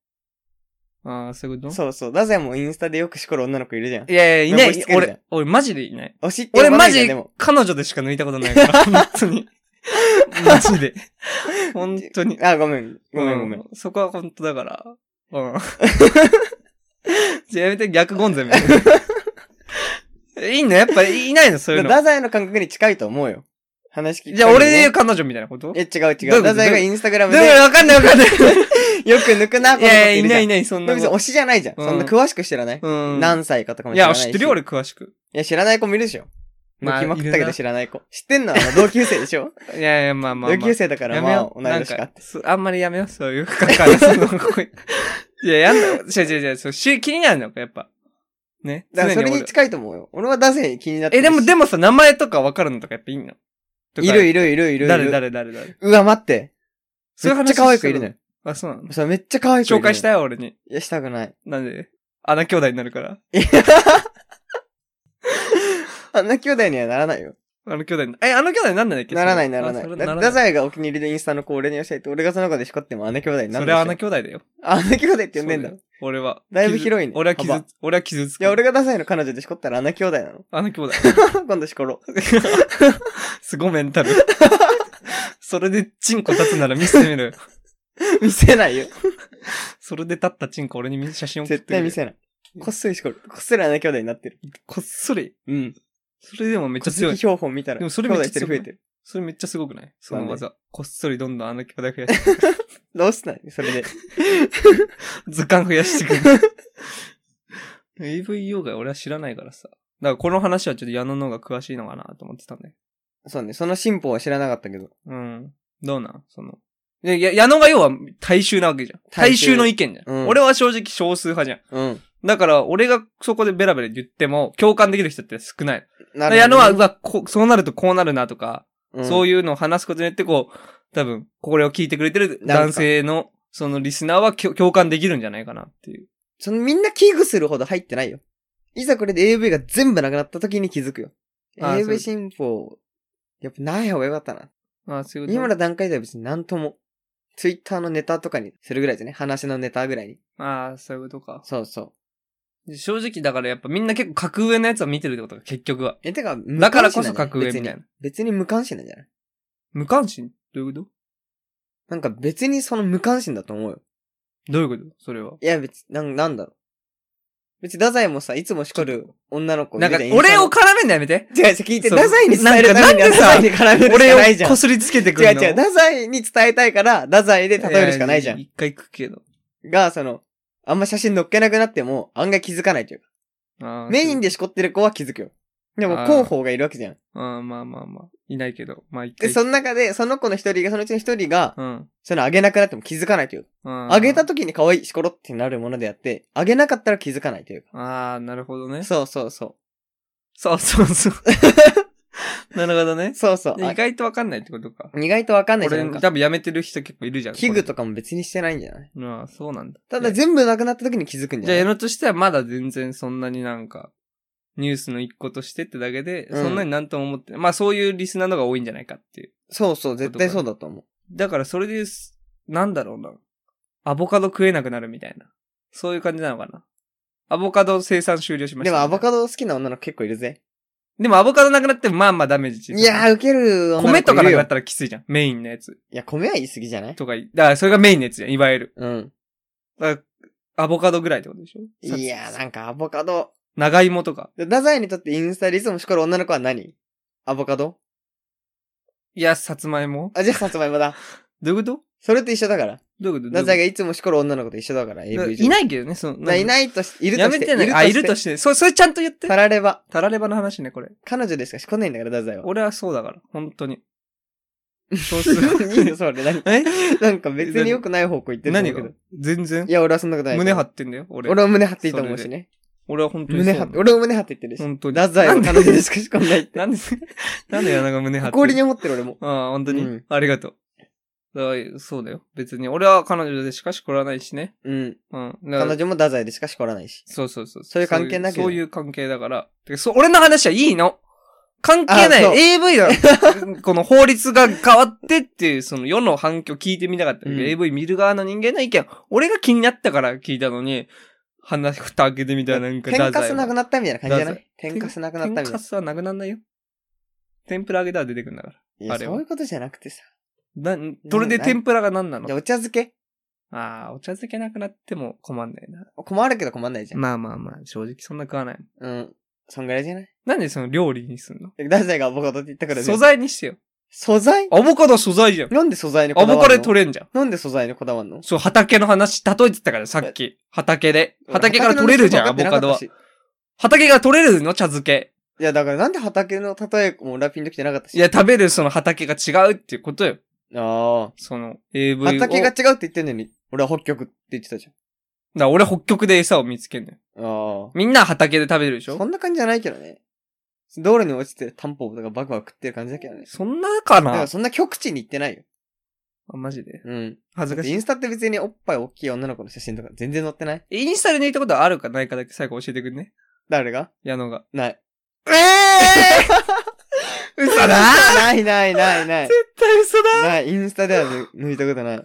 [SPEAKER 1] ああ、そういうこと
[SPEAKER 2] そうそう。ダザイもインスタでよくしこる女の子いるじゃん
[SPEAKER 1] い。やいや、いな
[SPEAKER 2] 登り
[SPEAKER 1] い
[SPEAKER 2] つ。けるじゃん
[SPEAKER 1] 俺、俺マジでいない。
[SPEAKER 2] 推しって呼
[SPEAKER 1] 俺
[SPEAKER 2] ばな
[SPEAKER 1] マ
[SPEAKER 2] いじゃん
[SPEAKER 1] ジ
[SPEAKER 2] でも、
[SPEAKER 1] 彼女でしか抜いたことない から、本当に。マジで。本当に。
[SPEAKER 2] あ、ごめん。ごめんごめん。
[SPEAKER 1] うそこは本当だから。うん。 じゃあやめて、逆ゴンゼミ。いいのやっぱいないのそういうの。
[SPEAKER 2] ダザイの感覚に近いと思うよ。話聞いて。
[SPEAKER 1] じゃあ俺で言う彼女みたいなこと
[SPEAKER 2] え、
[SPEAKER 1] で
[SPEAKER 2] 違う
[SPEAKER 1] どういうこ
[SPEAKER 2] 違
[SPEAKER 1] と
[SPEAKER 2] う。ダザイがインスタグラ
[SPEAKER 1] も
[SPEAKER 2] ムで、
[SPEAKER 1] わかんないわ かんない。い
[SPEAKER 2] よく抜くな、この子
[SPEAKER 1] やいや、
[SPEAKER 2] い
[SPEAKER 1] い
[SPEAKER 2] るじゃ
[SPEAKER 1] なんいいない、そん
[SPEAKER 2] で
[SPEAKER 1] なこ
[SPEAKER 2] も別に
[SPEAKER 1] と。
[SPEAKER 2] 推しじゃないじゃん。
[SPEAKER 1] うん
[SPEAKER 2] そんな詳しく知らない、
[SPEAKER 1] うん
[SPEAKER 2] 何歳かとかも
[SPEAKER 1] い
[SPEAKER 2] 知ら
[SPEAKER 1] や、
[SPEAKER 2] ないし。
[SPEAKER 1] 知ってるよ、俺詳しく。
[SPEAKER 2] いや、知らない子もいるでしょ。
[SPEAKER 1] ま
[SPEAKER 2] 抜
[SPEAKER 1] あ
[SPEAKER 2] きまくっ
[SPEAKER 1] い
[SPEAKER 2] た
[SPEAKER 1] る
[SPEAKER 2] け
[SPEAKER 1] な
[SPEAKER 2] ど知らない子。知ってんのはあの同級生でしょ
[SPEAKER 1] いやいや、 まあまあ、まあ。
[SPEAKER 2] 同級生だから
[SPEAKER 1] やめ
[SPEAKER 2] まあ
[SPEAKER 1] よ
[SPEAKER 2] 同
[SPEAKER 1] う。
[SPEAKER 2] い
[SPEAKER 1] なん
[SPEAKER 2] 年か
[SPEAKER 1] か。、そあんまりやめよう、そういうかから、その、こいい や、やんな、違う違う違う、そうし気になるのか、やっぱ。ね。
[SPEAKER 2] だからそれ
[SPEAKER 1] 常
[SPEAKER 2] に
[SPEAKER 1] 俺
[SPEAKER 2] 近いと思うよ。俺はダセイ気になって
[SPEAKER 1] え、
[SPEAKER 2] るし
[SPEAKER 1] でも、でもさ、名前とかわかるのとかやっぱいいのとか
[SPEAKER 2] いるいるいるいるいる。
[SPEAKER 1] 誰誰誰誰
[SPEAKER 2] うわ、待って。
[SPEAKER 1] そういう
[SPEAKER 2] めっ
[SPEAKER 1] 話
[SPEAKER 2] ちゃ可愛い子いるのよ。
[SPEAKER 1] あ、そうなの
[SPEAKER 2] そう、めっちゃ可愛い子い
[SPEAKER 1] 紹
[SPEAKER 2] るのよ。
[SPEAKER 1] 介したよ、俺に。
[SPEAKER 2] いや、したくない。
[SPEAKER 1] なんで穴兄弟になるから。
[SPEAKER 2] あんな兄弟にはならないよ。
[SPEAKER 1] あの兄弟、え、あの兄弟なんないっけ
[SPEAKER 2] ならないなら
[SPEAKER 1] あそ
[SPEAKER 2] な
[SPEAKER 1] れ
[SPEAKER 2] い。だ
[SPEAKER 1] な
[SPEAKER 2] 太
[SPEAKER 1] らない。
[SPEAKER 2] 宰がお気に入りのインスタの子を俺に教えて、俺がその子でしこっても姉兄弟に
[SPEAKER 1] そ
[SPEAKER 2] なる
[SPEAKER 1] れ
[SPEAKER 2] でし
[SPEAKER 1] は
[SPEAKER 2] ょ
[SPEAKER 1] あの兄弟だよ。
[SPEAKER 2] 姉兄弟って呼んでんだ
[SPEAKER 1] そう。よ俺は。
[SPEAKER 2] だいぶ
[SPEAKER 1] 傷
[SPEAKER 2] 広いね
[SPEAKER 1] 俺は傷
[SPEAKER 2] 幅
[SPEAKER 1] つ、俺は傷つく。
[SPEAKER 2] いや、俺がダサいの彼女でしこったら姉兄弟なの。
[SPEAKER 1] あの兄弟。
[SPEAKER 2] 今度しころう。
[SPEAKER 1] すごいメンタル。それでチンコ立つなら見せてみろよ。
[SPEAKER 2] 見せないよ。
[SPEAKER 1] それで立ったチンコ俺に写真送って
[SPEAKER 2] 絶対見
[SPEAKER 1] ない。
[SPEAKER 2] せない。こっそりしこる。こっそり姉兄弟になってる。
[SPEAKER 1] こっそり。
[SPEAKER 2] うん。
[SPEAKER 1] それでもめっちゃ
[SPEAKER 2] 戸
[SPEAKER 1] 強
[SPEAKER 2] 籍
[SPEAKER 1] い。
[SPEAKER 2] 標本見たら、
[SPEAKER 1] で
[SPEAKER 2] 兄
[SPEAKER 1] もそれめっ
[SPEAKER 2] 弟
[SPEAKER 1] ちゃ
[SPEAKER 2] 一人増えてる。
[SPEAKER 1] それめっちゃすごくないその技。こっそりどんどんあの兄弟増やして
[SPEAKER 2] どうしたのそれで。
[SPEAKER 1] 図鑑増やしてくる。AV 用外俺は知らないからさ。だからこの話はちょっと矢野の方が詳しいのかなと思ってたんだよ。
[SPEAKER 2] そうね、その進歩は知らなかったけど。
[SPEAKER 1] うん。どうなんその。で、や、矢野が要は大衆なわけじゃん。大
[SPEAKER 2] 大衆
[SPEAKER 1] 衆の意見じゃん。
[SPEAKER 2] うん
[SPEAKER 1] 俺は正直少数派じゃん。
[SPEAKER 2] うん。
[SPEAKER 1] だから、俺がそこでベラベラ言っても、共感できる人って少ない。だ
[SPEAKER 2] な
[SPEAKER 1] から矢野は、うわ、こそうなるとこうなるなとか、そう
[SPEAKER 2] い
[SPEAKER 1] いうのを話すことによって、こう、多分、これを聞いてくれてる男性の、そのリスナーはきょ共感できるんじゃないかなっていう。
[SPEAKER 2] うん。そのみんな危惧するほど入ってないよ。いざこれで AV が全部なくなった時に気づくよ。
[SPEAKER 1] あー
[SPEAKER 2] AV 進歩、やっぱない方がよかったな。
[SPEAKER 1] まあ、そういうこと
[SPEAKER 2] 今の段階では別になんとも。Twitter のネタとかにするぐらいですね。話のネタぐらいに。
[SPEAKER 1] まあ、そういうことか。
[SPEAKER 2] そうそう。
[SPEAKER 1] 正直だからやっぱみんな結構格上のやつを見てるってことが結局は。
[SPEAKER 2] え、てか、無
[SPEAKER 1] だから
[SPEAKER 2] 関心
[SPEAKER 1] こ
[SPEAKER 2] な
[SPEAKER 1] そ
[SPEAKER 2] んじゃ
[SPEAKER 1] 格上みたい
[SPEAKER 2] 別に
[SPEAKER 1] な。
[SPEAKER 2] 別に無関心なんじゃない
[SPEAKER 1] 無関心どういうこ
[SPEAKER 2] なんか別にその無関心だと思うよ。
[SPEAKER 1] とどういうことそれは。
[SPEAKER 2] いや別、なん、なんだろう。別に太宰もさ、いつもしこる女の子
[SPEAKER 1] なんか、
[SPEAKER 2] いるじゃ
[SPEAKER 1] 俺を絡めんのやめ て。
[SPEAKER 2] 違う違う、聞いて、
[SPEAKER 1] そう
[SPEAKER 2] 太宰に伝えるために
[SPEAKER 1] なん
[SPEAKER 2] は太
[SPEAKER 1] かなん
[SPEAKER 2] 宰
[SPEAKER 1] で
[SPEAKER 2] に絡めるし
[SPEAKER 1] 俺
[SPEAKER 2] か
[SPEAKER 1] を
[SPEAKER 2] ないじゃん。
[SPEAKER 1] こすりつけてく
[SPEAKER 2] 違
[SPEAKER 1] る
[SPEAKER 2] う
[SPEAKER 1] の。
[SPEAKER 2] 違う、太宰に伝えたいから、太宰で例えるしかないじゃ
[SPEAKER 1] いや
[SPEAKER 2] ん。
[SPEAKER 1] 一回行くけど。
[SPEAKER 2] が、その、あんま写真載っけなくなっても、案外気づかないというか。
[SPEAKER 1] あー
[SPEAKER 2] メイン
[SPEAKER 1] で。
[SPEAKER 2] でしこってる子は気づくよ。でも
[SPEAKER 1] あー、
[SPEAKER 2] 広報がいるわけじゃん。
[SPEAKER 1] あーまあまあまあ。いないけど。まあ一
[SPEAKER 2] で、
[SPEAKER 1] 回。
[SPEAKER 2] その中で、その子の一人が、そのうちの一人が、
[SPEAKER 1] うん。
[SPEAKER 2] そのあげなくなっても気づかないというか。
[SPEAKER 1] あ
[SPEAKER 2] あげた時に可愛いしころってなるものであって、あげなかったら気づかないというか。
[SPEAKER 1] ああ、なるほどね。
[SPEAKER 2] そうそうそ
[SPEAKER 1] そうそうそう。 なるほどね
[SPEAKER 2] う。。そうそう。
[SPEAKER 1] で
[SPEAKER 2] あ
[SPEAKER 1] 意外とわかんないってことか。
[SPEAKER 2] 意外とわかんないじゃんなん
[SPEAKER 1] 俺、
[SPEAKER 2] か。
[SPEAKER 1] 多分やめてる人結構いるじゃん。
[SPEAKER 2] 器具と
[SPEAKER 1] か。
[SPEAKER 2] かも別にしてないんじゃない
[SPEAKER 1] まあ、そうなんだ。
[SPEAKER 2] ただ全部なくなった時に気づくんじ
[SPEAKER 1] じゃ
[SPEAKER 2] ゃ
[SPEAKER 1] あ、
[SPEAKER 2] な
[SPEAKER 1] 矢
[SPEAKER 2] い
[SPEAKER 1] 野としてはまだ全然そんなになんか、ニュースの一個としてってだけで、
[SPEAKER 2] うん
[SPEAKER 1] そんなになんとも思ってない。まあ、そういうリスナーの方が多いんじゃないかっていう。
[SPEAKER 2] そうそう、絶対そうだと思う。
[SPEAKER 1] だから、それで言うす、なんだろうな。アボカド食えなくなるみたいな。そういう感じなのかな。アボカド生産終了しまし
[SPEAKER 2] で
[SPEAKER 1] た、
[SPEAKER 2] もアボ
[SPEAKER 1] ド。
[SPEAKER 2] カド好きな女の子結構いるぜ。
[SPEAKER 1] でも、アボカドなくなっても、まあまあダメージ小さ
[SPEAKER 2] いやー、ウケる女の子いる
[SPEAKER 1] 米とかなく
[SPEAKER 2] よ
[SPEAKER 1] なったらきついじゃん。メインのやつ。
[SPEAKER 2] いや、米は言い過ぎじゃない
[SPEAKER 1] とかい、だから、それがメインのやつじゃん。いわゆる。
[SPEAKER 2] うん。
[SPEAKER 1] だからアボカドぐらいってことでしょ
[SPEAKER 2] いやー、なんかアボカド。
[SPEAKER 1] 長芋とか。
[SPEAKER 2] で太宰にとってインスタでいつもしこる女の子は何アボカド
[SPEAKER 1] いや、さつまいも
[SPEAKER 2] あ、じゃあさつまい もだ。
[SPEAKER 1] どういうこと
[SPEAKER 2] それと一緒だから。
[SPEAKER 1] どういうこと
[SPEAKER 2] 太宰がいつもしこる女の子と一緒だから、
[SPEAKER 1] いや
[SPEAKER 2] AV 上
[SPEAKER 1] いないけどね、その。
[SPEAKER 2] だい
[SPEAKER 1] い。
[SPEAKER 2] ないとし、いると
[SPEAKER 1] や
[SPEAKER 2] して。
[SPEAKER 1] めてね。あ、いると
[SPEAKER 2] し。
[SPEAKER 1] して。そ、それちゃんと言ってて。
[SPEAKER 2] たられば。
[SPEAKER 1] たらればの話ね、これ。
[SPEAKER 2] 彼女でしかしこないんだから、太宰は。
[SPEAKER 1] 俺はそうだから、本当に。そうす
[SPEAKER 2] いいよ、
[SPEAKER 1] る。
[SPEAKER 2] それ。何
[SPEAKER 1] え
[SPEAKER 2] なんか別に良くない方向行ってると思
[SPEAKER 1] 何
[SPEAKER 2] うけ
[SPEAKER 1] が
[SPEAKER 2] ど。
[SPEAKER 1] 全然
[SPEAKER 2] い。や、俺はそんなことない。
[SPEAKER 1] 胸張
[SPEAKER 2] って。
[SPEAKER 1] ってんだよ、俺。
[SPEAKER 2] 俺は胸張っていいと思うしね。
[SPEAKER 1] 俺は本当にそう
[SPEAKER 2] 胸
[SPEAKER 1] な
[SPEAKER 2] 張
[SPEAKER 1] の。
[SPEAKER 2] って、俺も胸張って言ってるし。
[SPEAKER 1] 本当に。
[SPEAKER 2] ダザイは彼女でしかしこんないって。
[SPEAKER 1] なんで、 なんで柳が胸張ってる
[SPEAKER 2] 誇りに思ってる俺も。
[SPEAKER 1] ああ、本当に、
[SPEAKER 2] うん
[SPEAKER 1] ありがとう。だからそうだよ。別に。俺は彼女でしかし来らないしね。
[SPEAKER 2] うん。
[SPEAKER 1] うん。だから
[SPEAKER 2] 彼女も太宰でしかしこらないし。
[SPEAKER 1] そうそうそう。
[SPEAKER 2] そういう関係なく
[SPEAKER 1] そういうそういう関係だから。てかそう俺の話はいいの。関係ない
[SPEAKER 2] あそう。
[SPEAKER 1] AV だ。 この法律が変わってっていう、その世の反響聞いてみたかったけど、
[SPEAKER 2] うん
[SPEAKER 1] AV 見る側の人間の意見、俺が気になったから聞いたのに、話蓋開けてみたらなんか
[SPEAKER 2] 天かすなく
[SPEAKER 1] な
[SPEAKER 2] なったみたいな感じじゃな
[SPEAKER 1] 太
[SPEAKER 2] い天かすなくなったみた
[SPEAKER 1] 天
[SPEAKER 2] い
[SPEAKER 1] か。
[SPEAKER 2] な
[SPEAKER 1] すはなくなんないよ。天ぷら揚げたら出てくるんだか
[SPEAKER 2] い
[SPEAKER 1] あ
[SPEAKER 2] や、
[SPEAKER 1] れは
[SPEAKER 2] そういうことじゃなくてさ。
[SPEAKER 1] ら。な、それで天ぷらが何なの
[SPEAKER 2] じゃあお茶漬け
[SPEAKER 1] ああ、お茶漬けなくなっても困んないな。
[SPEAKER 2] 困るけど困んないじゃん。
[SPEAKER 1] まあまあまあ、正直そんな食わない。
[SPEAKER 2] うん。そんぐらいじゃない
[SPEAKER 1] なんでその料理にすんの
[SPEAKER 2] 太宰がアボカドって言ったからね
[SPEAKER 1] 素。材にしてよ。
[SPEAKER 2] 素材
[SPEAKER 1] アボカド素材じゃん。
[SPEAKER 2] なんで素材にこ
[SPEAKER 1] ア
[SPEAKER 2] だわ
[SPEAKER 1] ボ
[SPEAKER 2] るの
[SPEAKER 1] カドで取れんじゃん。
[SPEAKER 2] なんで素材にこだわるの
[SPEAKER 1] そう、畑の話、例えてたから、さっき。畑で。畑から取れるじゃん、アボカドは。
[SPEAKER 2] い
[SPEAKER 1] 畑が取れるの茶漬け。
[SPEAKER 2] や、だからなんで畑の例えもラッピンできてなかったし。
[SPEAKER 1] いや、食べるその畑が違うっていうことよ。
[SPEAKER 2] ああ。
[SPEAKER 1] その、AV を。
[SPEAKER 2] 畑が
[SPEAKER 1] だか
[SPEAKER 2] 違うって言ってんのに、俺は北極って言ってたじ
[SPEAKER 1] ら俺北極で餌を見つけんのよ。
[SPEAKER 2] ゃん。ああ。
[SPEAKER 1] みんな畑で食べるでし
[SPEAKER 2] そ
[SPEAKER 1] ょ
[SPEAKER 2] んな感じじゃないけどね。道路に落ちてるタンポポとかバクバク食ってる感じだけどね。
[SPEAKER 1] そんなか
[SPEAKER 2] だか
[SPEAKER 1] な
[SPEAKER 2] らそんな極地に行ってないよ。
[SPEAKER 1] あマジで。
[SPEAKER 2] うん。
[SPEAKER 1] 恥ずかし
[SPEAKER 2] イ
[SPEAKER 1] い。
[SPEAKER 2] ンスタって別におっぱい大きい女の子の写真とか全然載ってない
[SPEAKER 1] インスタで抜いたことあるかないかだけ最後教えてくんね。
[SPEAKER 2] 誰が
[SPEAKER 1] 矢野が。
[SPEAKER 2] ない。
[SPEAKER 1] ええー嘘だだ
[SPEAKER 2] ないないないない。
[SPEAKER 1] 絶対嘘だ
[SPEAKER 2] ない、インスタではぬ抜いたことない。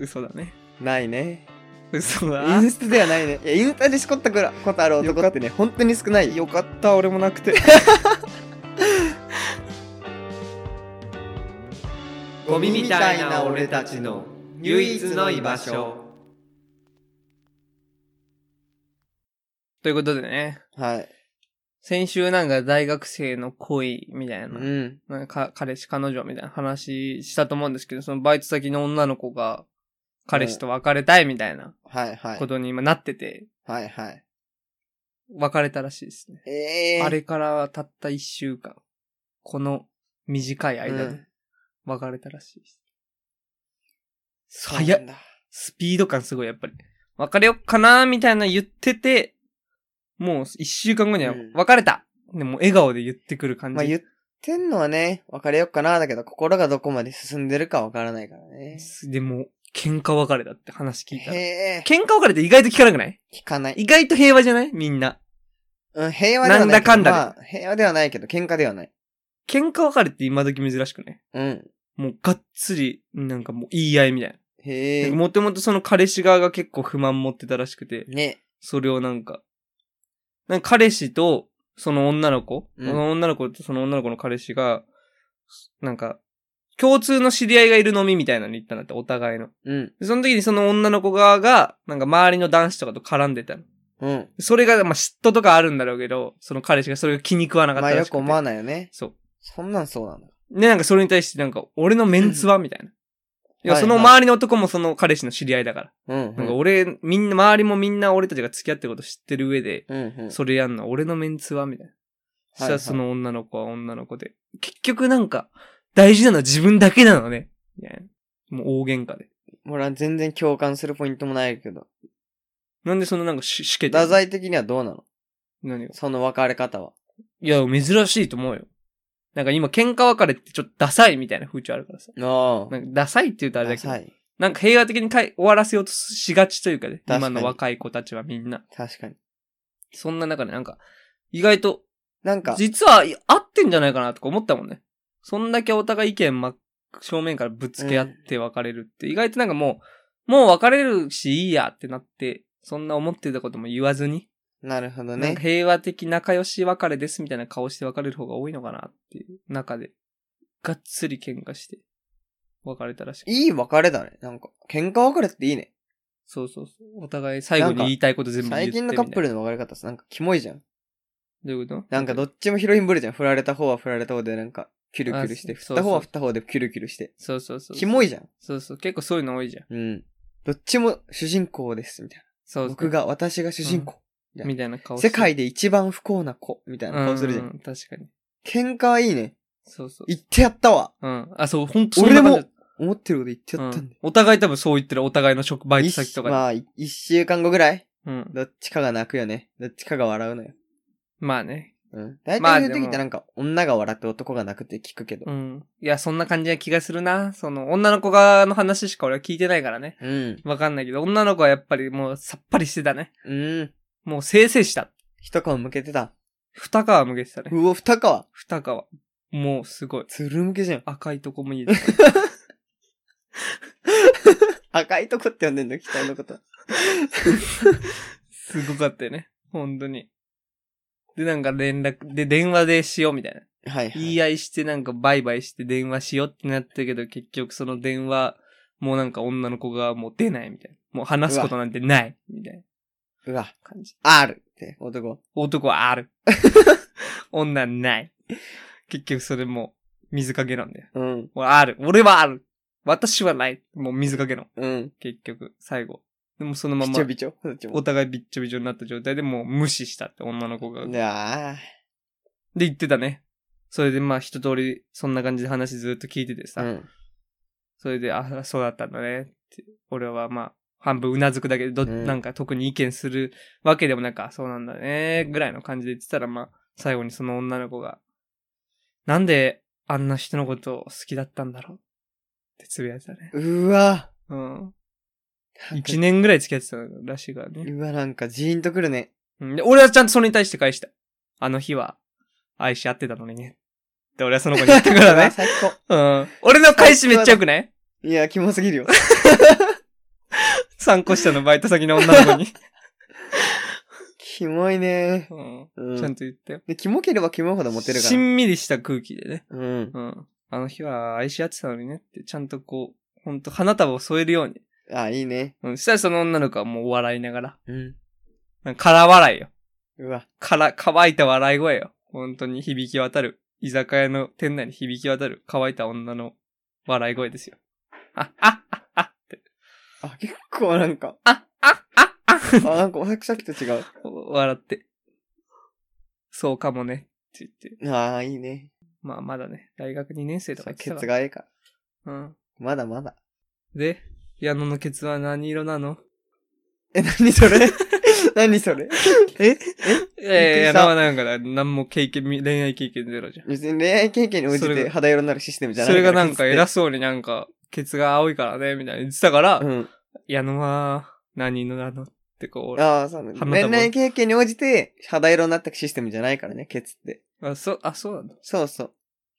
[SPEAKER 1] 嘘だね。
[SPEAKER 2] ないね。
[SPEAKER 1] 嘘
[SPEAKER 2] イ
[SPEAKER 1] だ
[SPEAKER 2] ン。スタではないね。いや、インスタでしこったくらことある男ってね、本当に少ないよ。
[SPEAKER 1] よかった、俺もなく て。ゴミみたいな俺たちの唯一の居場所。ということでね、
[SPEAKER 2] はい。
[SPEAKER 1] 先週なんか大学生の恋みたいうな、
[SPEAKER 2] ん。
[SPEAKER 1] なんか彼氏彼女みたいな話したと思うんですけど、そのバイト先の女の子が彼氏と別れたいみたいな
[SPEAKER 2] はいはい
[SPEAKER 1] こ。とに今なってて、
[SPEAKER 2] はいはい。
[SPEAKER 1] 別れたらしいですね。
[SPEAKER 2] ええー。
[SPEAKER 1] あれからたった一週間、この短い間
[SPEAKER 2] う
[SPEAKER 1] で
[SPEAKER 2] ん
[SPEAKER 1] 別れたらしいです。
[SPEAKER 2] そう
[SPEAKER 1] 早っ
[SPEAKER 2] なんだ。
[SPEAKER 1] スピード感すごい、やっぱり。別れよっかなーみたいな言ってて、もう一週間後には
[SPEAKER 2] うん
[SPEAKER 1] 別れた、でも笑顔で言ってくる感じ。
[SPEAKER 2] まあ言ってんのはね、別れよっかな、だけど心がどこまで進んでるかわからないからね。
[SPEAKER 1] でも、喧嘩別れだって話聞いたら。
[SPEAKER 2] へえ。
[SPEAKER 1] 喧嘩別れって意外と聞かなくない
[SPEAKER 2] 聞かない。
[SPEAKER 1] 意外と平和じゃないみんな。
[SPEAKER 2] うん、平和ではないけど。
[SPEAKER 1] なんだかんだで
[SPEAKER 2] まあ、平和ではないけど、喧嘩ではない。
[SPEAKER 1] 喧嘩別れって今時珍しくね。
[SPEAKER 2] うん。
[SPEAKER 1] もうがっつり、なんかもう言い合いみたい
[SPEAKER 2] へ
[SPEAKER 1] な。
[SPEAKER 2] え。
[SPEAKER 1] もともとその彼氏側が結構不満持ってたらしくて、
[SPEAKER 2] ね。
[SPEAKER 1] それをなんか、なんか彼氏とその女の子、
[SPEAKER 2] うん
[SPEAKER 1] その女の子とその女の子の彼氏が、なんか、共通の知り合いがいる飲みみたいなのに行ったんだって、お互いの。
[SPEAKER 2] うん。
[SPEAKER 1] でその時にその女の子側が、なんか周りの男子とかと絡んでたの。
[SPEAKER 2] うん。
[SPEAKER 1] それが、まあ、嫉妬とかあるんだろうけど、その彼氏がそれが気に食わなかっ
[SPEAKER 2] ま
[SPEAKER 1] た
[SPEAKER 2] あ
[SPEAKER 1] ら
[SPEAKER 2] よ
[SPEAKER 1] しく
[SPEAKER 2] く
[SPEAKER 1] て。
[SPEAKER 2] 思わないよね。
[SPEAKER 1] そう。
[SPEAKER 2] そんなんそうなんだ。
[SPEAKER 1] で、なんかそれに対してなんか、俺のメンツはみたいな。いや、
[SPEAKER 2] はい
[SPEAKER 1] その周りの男もその彼氏の知り合いだから。
[SPEAKER 2] うん。
[SPEAKER 1] なんか俺、みんな、周りもみんな俺たちが付き合ってること知ってる上で、
[SPEAKER 2] うん。うん。
[SPEAKER 1] それやんの俺のメンツはみたいな。そした
[SPEAKER 2] はい
[SPEAKER 1] ら
[SPEAKER 2] はい
[SPEAKER 1] その女の子は女の子で。結局なんか、大事なのは自分だけなのね。みたいな。もう大喧嘩で。
[SPEAKER 2] もう俺は全然共感するポイントもないけど。
[SPEAKER 1] なんでそのなんかし、しけて
[SPEAKER 2] 太宰的にはどうなの
[SPEAKER 1] 何を
[SPEAKER 2] その別れ方は。
[SPEAKER 1] いや、珍しいと思うよ。なんか今、喧嘩別れってちょっとダサいみたいな風潮あるからさ。
[SPEAKER 2] あ
[SPEAKER 1] なんかダサいって言うとあ
[SPEAKER 2] あ。
[SPEAKER 1] れだ
[SPEAKER 2] ダ
[SPEAKER 1] けど
[SPEAKER 2] サ。い。
[SPEAKER 1] なんか平和的にかい終わらせようとしがちというかね。
[SPEAKER 2] 確かに
[SPEAKER 1] 今の若い子たちはみんな。
[SPEAKER 2] 確かに。
[SPEAKER 1] そんな中でなんか、意外と、
[SPEAKER 2] なんか、
[SPEAKER 1] 実はい合ってんじゃないかなとか思ったもんね。そんだけお互い意見ま、正面からぶつけ合って別れるって、意外となんかもう、もう別れるしいいやってなって、そんな思ってたことも言わずに、
[SPEAKER 2] なるほ
[SPEAKER 1] な
[SPEAKER 2] ど
[SPEAKER 1] んか
[SPEAKER 2] ね。
[SPEAKER 1] 平和的仲良し別れですみたいな顔して別れる方が多いのかなっていう中で、がっつり喧嘩して、別れたらしくて
[SPEAKER 2] いい別れだね。なんか、喧嘩別れっていいね。
[SPEAKER 1] そうそうそう。お互い最後に言いたいこと全部言って
[SPEAKER 2] 最
[SPEAKER 1] みたい
[SPEAKER 2] 近
[SPEAKER 1] な
[SPEAKER 2] のカップルの別れ方さ、なんかキモいじゃん。
[SPEAKER 1] どういうこと
[SPEAKER 2] なんかどっちもヒロインぶるじゃん。振られた方は振られた方でなんか、キュルキュルして。
[SPEAKER 1] あ
[SPEAKER 2] 振
[SPEAKER 1] そ
[SPEAKER 2] っ
[SPEAKER 1] うそう
[SPEAKER 2] た方は振った方でキュルキュルして。
[SPEAKER 1] そうそうそう。
[SPEAKER 2] キモいじゃん。
[SPEAKER 1] そうそう。結構そういうの多いじゃん。
[SPEAKER 2] うん。どっちも主人公です、みたい
[SPEAKER 1] そうそ
[SPEAKER 2] な。
[SPEAKER 1] う。
[SPEAKER 2] 僕が、私が主人公。が
[SPEAKER 1] みたいな顔して
[SPEAKER 2] 世界で一番不幸な子、みたいな顔するじゃ。
[SPEAKER 1] うんん。確かに。
[SPEAKER 2] 喧嘩はいいね。
[SPEAKER 1] そうそう。
[SPEAKER 2] 言ってやったわ
[SPEAKER 1] うん。あ、そう、ほんと
[SPEAKER 2] 俺でも
[SPEAKER 1] そんな感
[SPEAKER 2] 思ってること言ってやっ
[SPEAKER 1] じ
[SPEAKER 2] た
[SPEAKER 1] うん
[SPEAKER 2] だ
[SPEAKER 1] ん。お互い多分そう言ってる。お互いの職、バイ
[SPEAKER 2] よ。
[SPEAKER 1] ト先とかで。
[SPEAKER 2] まあ、い一週間後ぐらい
[SPEAKER 1] うん。
[SPEAKER 2] どっちかが泣くよね。どっちかが笑うのよ。
[SPEAKER 1] まあね。
[SPEAKER 2] うん。大
[SPEAKER 1] まあ
[SPEAKER 2] 体そういう時っ
[SPEAKER 1] でも
[SPEAKER 2] てなんか、女が笑って男が泣くって聞くけど
[SPEAKER 1] う。ん。いや、そんな感じな気がするな。その、女の子側の話しか俺は聞いてないからね。
[SPEAKER 2] うん。
[SPEAKER 1] わかんないけど、女の子はやっぱりもうさっぱりしてたね。
[SPEAKER 2] うん。
[SPEAKER 1] もうせいせいした。
[SPEAKER 2] 一皮向けてた。
[SPEAKER 1] 二皮向けてたね。
[SPEAKER 2] うお、二皮。
[SPEAKER 1] 二皮。もうすごい。
[SPEAKER 2] つるむけじゃん。
[SPEAKER 1] 赤いとこもいい です。
[SPEAKER 2] 赤いとこって呼んでんだ、期待 のこと。
[SPEAKER 1] すごかったよね。本当に。で、なんか連絡、で、電話でしようみたいな。
[SPEAKER 2] はい、は い。
[SPEAKER 1] 言い合いして、なんかバイバイして電話しようってなったけど、結局その電話、もうなんか女の子がもう出ないみたいな。もう話すことなんてないみたいな
[SPEAKER 2] うわ、
[SPEAKER 1] 感じ。
[SPEAKER 2] R って男。
[SPEAKER 1] 男はある。 女ない。結局それもう水かけなんだよ。
[SPEAKER 2] うん。
[SPEAKER 1] 俺ある。俺はある。私はない。もう水かけの。
[SPEAKER 2] うん。
[SPEAKER 1] 結局、最後。でもそのま
[SPEAKER 2] び
[SPEAKER 1] ま
[SPEAKER 2] ちょ、びちょどっちも
[SPEAKER 1] お互いびっちょびちょになった状態でもう無視したって女の子が。
[SPEAKER 2] いや
[SPEAKER 1] で、言ってたね。それでまあ一通り、そんな感じで話ずっと聞いてて
[SPEAKER 2] ー
[SPEAKER 1] さ。
[SPEAKER 2] うん。
[SPEAKER 1] それで、あ、そうだったんだねって。俺はまあ、半分うなずくだけで、ど、
[SPEAKER 2] うん
[SPEAKER 1] なんか特に意見するわけでもなんか、そうなんだね、ぐらいの感じで言ってたら、まあ、最後にその女の子が、なんであんな人のことを好きだったんだろうってつぶやいてたね。
[SPEAKER 2] うわ。
[SPEAKER 1] うん。
[SPEAKER 2] なんか
[SPEAKER 1] 一年ぐらい付き合ってたらしいからね。
[SPEAKER 2] うわ、なんかジーンとくるね。
[SPEAKER 1] うん、で俺はちゃんとそれに対して返した。あの日は、愛し合ってたのにね。って俺はその子に言ったから
[SPEAKER 2] うわ
[SPEAKER 1] ね。
[SPEAKER 2] 最高。
[SPEAKER 1] うん。俺の返しめっちゃよ くない
[SPEAKER 2] いや、キモすぎるよ。
[SPEAKER 1] 参考者のバイト先の女の子に。
[SPEAKER 2] キモいね。
[SPEAKER 1] うん。
[SPEAKER 2] う
[SPEAKER 1] ちゃん
[SPEAKER 2] ん。
[SPEAKER 1] と言ったよ。
[SPEAKER 2] で、キモければキモいほどモテるか
[SPEAKER 1] し
[SPEAKER 2] ら。
[SPEAKER 1] んみりした空気でね。
[SPEAKER 2] うん。
[SPEAKER 1] うん。あの日は愛し合ってたのにねって、ちゃんとこう、ほんと花束を添えるように。
[SPEAKER 2] あ、いいね。
[SPEAKER 1] うん。したらその女の子はもう笑いながら。
[SPEAKER 2] うん。
[SPEAKER 1] なんか空笑いよ。
[SPEAKER 2] うわ。
[SPEAKER 1] から、乾いた笑い声よ。本当に響き渡る。居酒屋の店内に響き渡る乾いた女の笑い声ですよ。あ、あ、あ、あって。
[SPEAKER 2] あ、結構なんか、
[SPEAKER 1] あ、あ、あ、あ
[SPEAKER 2] あ、なんかお客さっきと違う。
[SPEAKER 1] 笑って。そうかもね。って言って。
[SPEAKER 2] ああ、いいね。
[SPEAKER 1] まあまだね、大学2年生とか言
[SPEAKER 2] そう
[SPEAKER 1] って
[SPEAKER 2] ケ
[SPEAKER 1] た
[SPEAKER 2] ツ
[SPEAKER 1] から。
[SPEAKER 2] がええから。
[SPEAKER 1] うん。
[SPEAKER 2] まだまだ。
[SPEAKER 1] で、矢野のケツは何色なの
[SPEAKER 2] え、なに それ何それえ
[SPEAKER 1] いやいや、
[SPEAKER 2] びっくりした
[SPEAKER 1] 矢野はなんか、何も経験、み恋愛経験ゼロじゃん。
[SPEAKER 2] 別に恋愛経験に応じ
[SPEAKER 1] それ
[SPEAKER 2] て
[SPEAKER 1] が
[SPEAKER 2] 肌色になるシステムじゃな
[SPEAKER 1] そ
[SPEAKER 2] い
[SPEAKER 1] れがなんか偉
[SPEAKER 2] す
[SPEAKER 1] そうになんか、ケツが青いからね、みたいな言ってたから、
[SPEAKER 2] うん。
[SPEAKER 1] 矢野は何色なのってこう、
[SPEAKER 2] ああ、そうなんだ。
[SPEAKER 1] 花束
[SPEAKER 2] 恋愛経験に応じて肌色になったシステムじゃないからね、ケツって。
[SPEAKER 1] あ、そ、あ、そうなんだ。
[SPEAKER 2] そうそ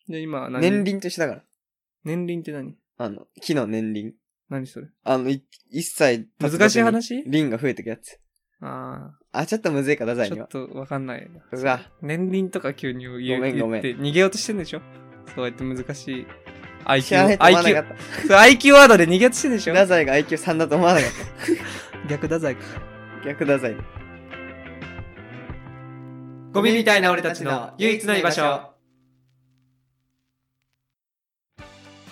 [SPEAKER 2] う。
[SPEAKER 1] で、今は何
[SPEAKER 2] 年。輪と一緒だから。
[SPEAKER 1] 年輪って何
[SPEAKER 2] あの、木の年輪。
[SPEAKER 1] 何それ
[SPEAKER 2] あの、い一切、
[SPEAKER 1] 難しい話
[SPEAKER 2] 輪が増えてくやつ。
[SPEAKER 1] あ
[SPEAKER 2] あ、ちょっとむずいか、太
[SPEAKER 1] あ、
[SPEAKER 2] 宰
[SPEAKER 1] ち
[SPEAKER 2] に
[SPEAKER 1] ょ
[SPEAKER 2] は
[SPEAKER 1] っ。とわかんないな。
[SPEAKER 2] うわ。
[SPEAKER 1] 年輪とか急に言う
[SPEAKER 2] ごめんごめん
[SPEAKER 1] 言って逃げようとしてんでしょそうやって難しい。
[SPEAKER 2] 知らな
[SPEAKER 1] IQ、
[SPEAKER 2] いと思わな
[SPEAKER 1] IQ
[SPEAKER 2] か、っ。
[SPEAKER 1] そう IQ ワードで逃げようとしてんでしたょ
[SPEAKER 2] 太宰が IQ3 だと思わなかっ
[SPEAKER 1] 逆だ罪か。
[SPEAKER 2] た。逆太宰。
[SPEAKER 1] ゴミみたいな俺たちの唯一の居場所。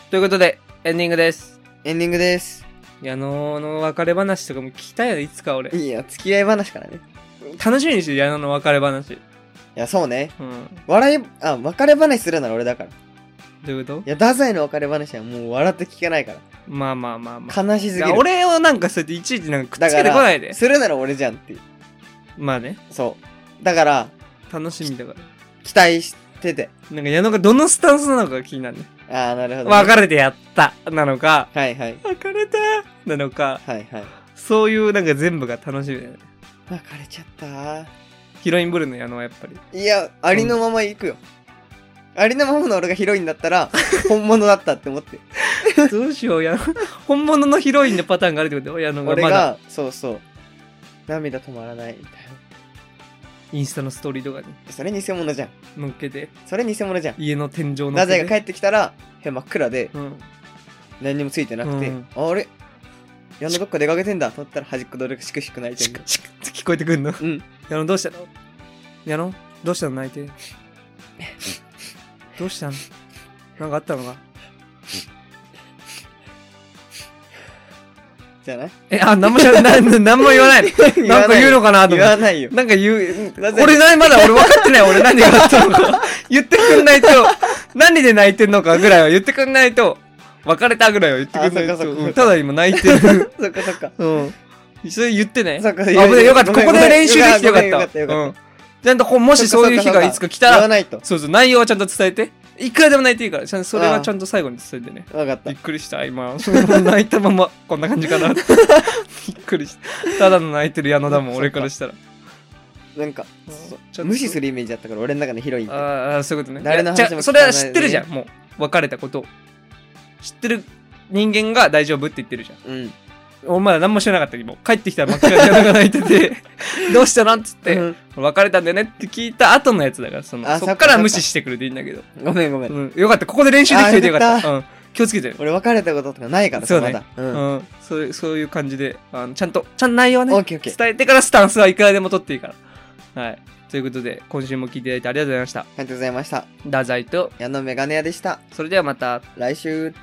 [SPEAKER 1] ということで、エンディングです。
[SPEAKER 2] エンディングです。
[SPEAKER 1] 矢野の別れ話とかも聞きたいよ、いつか俺。
[SPEAKER 2] いや、付き合い話からね。
[SPEAKER 1] 楽しみにしてる、矢野の別れ話。
[SPEAKER 2] いや、そうね。
[SPEAKER 1] うん。
[SPEAKER 2] 笑い、あ、別れ話するなら俺だから。い
[SPEAKER 1] どういうこと
[SPEAKER 2] や、太宰の別れ話はもう笑って聞けないから。
[SPEAKER 1] まあまあまあまあ。
[SPEAKER 2] 悲しすぎる。
[SPEAKER 1] 俺をなんかそうやっていちいちなんかくっ
[SPEAKER 2] だ
[SPEAKER 1] つ
[SPEAKER 2] か
[SPEAKER 1] けてこないで
[SPEAKER 2] ら、。するなら俺じゃんっていう。
[SPEAKER 1] まあね、
[SPEAKER 2] そう。だから、
[SPEAKER 1] 楽しみだから。
[SPEAKER 2] 期待してて。
[SPEAKER 1] なんか矢野がどのスタンスなのかが気になるね。
[SPEAKER 2] ああ、なるほど、ね。
[SPEAKER 1] 別れてやったなのか、
[SPEAKER 2] はいはい。
[SPEAKER 1] 別れたなのか、
[SPEAKER 2] はいはい。
[SPEAKER 1] そういうなんか全部が楽しみだよね。
[SPEAKER 2] 別れちゃったー。
[SPEAKER 1] ヒロインブルーの矢野はやっぱ り。
[SPEAKER 2] いや、ありのまま行くよ。ありのままの俺がヒロインだっ たら、本物だったって思って。
[SPEAKER 1] どうしよう、矢野。本物のヒロインのパターンがあるってこと矢野が
[SPEAKER 2] 俺
[SPEAKER 1] まだ
[SPEAKER 2] が、そうそう。涙止まらないみたい
[SPEAKER 1] インスタのストーリーとかに
[SPEAKER 2] な。それ偽物じゃん。
[SPEAKER 1] 乗っけて、
[SPEAKER 2] それ偽物じゃん。
[SPEAKER 1] 家の天井の。
[SPEAKER 2] なぜが帰ってきたら、部屋真っ暗で、
[SPEAKER 1] うん。
[SPEAKER 2] 何にもついてなくて、
[SPEAKER 1] うん
[SPEAKER 2] あれ矢野どっか出かけてんだと思ったら端っこどれかしくしく泣いて
[SPEAKER 1] チ
[SPEAKER 2] ん
[SPEAKER 1] ク
[SPEAKER 2] の。
[SPEAKER 1] チクって聞こえてくんの。
[SPEAKER 2] うん。
[SPEAKER 1] 矢野どうしたの矢野どうしたの泣い て。どうしたのなんかあったのか
[SPEAKER 2] じゃない
[SPEAKER 1] え、あ、なんも しゃ、な、ななんも言わないの。
[SPEAKER 2] 言
[SPEAKER 1] なんか言うのかなと
[SPEAKER 2] 言
[SPEAKER 1] 思って
[SPEAKER 2] わないよ。
[SPEAKER 1] なんか言う、
[SPEAKER 2] なぜ
[SPEAKER 1] 俺な、まだ俺分かってない、俺何があったの か。言ってくんないと、何で泣いてんのかぐらいは言ってくんないと、別れたぐらいは言ってくんない
[SPEAKER 2] あそっかそ
[SPEAKER 1] と、
[SPEAKER 2] っかそっか
[SPEAKER 1] うんただ今泣いてる。
[SPEAKER 2] そっかそっか。
[SPEAKER 1] うん。それ言ってね。
[SPEAKER 2] そっか
[SPEAKER 1] あ危ない、よかった。
[SPEAKER 2] ご
[SPEAKER 1] こ
[SPEAKER 2] めん
[SPEAKER 1] こで練習できてよか
[SPEAKER 2] ごめんごめんよか
[SPEAKER 1] っ
[SPEAKER 2] った
[SPEAKER 1] た。
[SPEAKER 2] よかった
[SPEAKER 1] うん。ちゃんとこう、もしそういう日がいつか来た
[SPEAKER 2] 言わ
[SPEAKER 1] ら、
[SPEAKER 2] ないと。
[SPEAKER 1] そうそう、内容はちゃんと伝えて。いくらでも泣いていいから、ちゃんとそれはちゃんと最後に伝えてね。
[SPEAKER 2] わかった
[SPEAKER 1] びっ。くりした今 泣いたままこんな感じかな びっくりしたただの泣いてる矢野だもん
[SPEAKER 2] そっか
[SPEAKER 1] 俺からしたら
[SPEAKER 2] なんか、
[SPEAKER 1] うん
[SPEAKER 2] そう
[SPEAKER 1] ちょっと
[SPEAKER 2] 無視するイメージだったから、俺の中のヒロインって。
[SPEAKER 1] ああそういうことね
[SPEAKER 2] 誰の
[SPEAKER 1] いや
[SPEAKER 2] 話も聞かないでね
[SPEAKER 1] じゃあそれは知ってるじゃんもう別れたことを知ってる人間が大丈夫って言ってるじゃん
[SPEAKER 2] うん。
[SPEAKER 1] 俺まだ何も知らなかったけど帰ってきたら真っ赤で矢野が泣いて てどうしたなんつって、
[SPEAKER 2] うん
[SPEAKER 1] 別れたんだよねって聞いた後のやつだからその
[SPEAKER 2] あ
[SPEAKER 1] そっ
[SPEAKER 2] そっ
[SPEAKER 1] か
[SPEAKER 2] かそっ
[SPEAKER 1] ら
[SPEAKER 2] か
[SPEAKER 1] 無視してくれていいんだけど、
[SPEAKER 2] ごめんごめん。
[SPEAKER 1] うん、よかったここで練習できててよかっ
[SPEAKER 2] あーよ
[SPEAKER 1] た、うん、気をつけてね
[SPEAKER 2] 俺別れたこととかないから
[SPEAKER 1] そ
[SPEAKER 2] さ、
[SPEAKER 1] うね
[SPEAKER 2] まだ。うん。
[SPEAKER 1] う
[SPEAKER 2] オ
[SPEAKER 1] ん、そういうそういう感じであのちゃんとちゃんと内容はね
[SPEAKER 2] ッケーオッケー。あ
[SPEAKER 1] 伝えてからスタンスはいくらでも取っていいからはいということで今週も聞いていただいてありがとうございました
[SPEAKER 2] りがとうございました。
[SPEAKER 1] 太宰と
[SPEAKER 2] 矢野メガネ屋でした。
[SPEAKER 1] それではまた
[SPEAKER 2] 来週。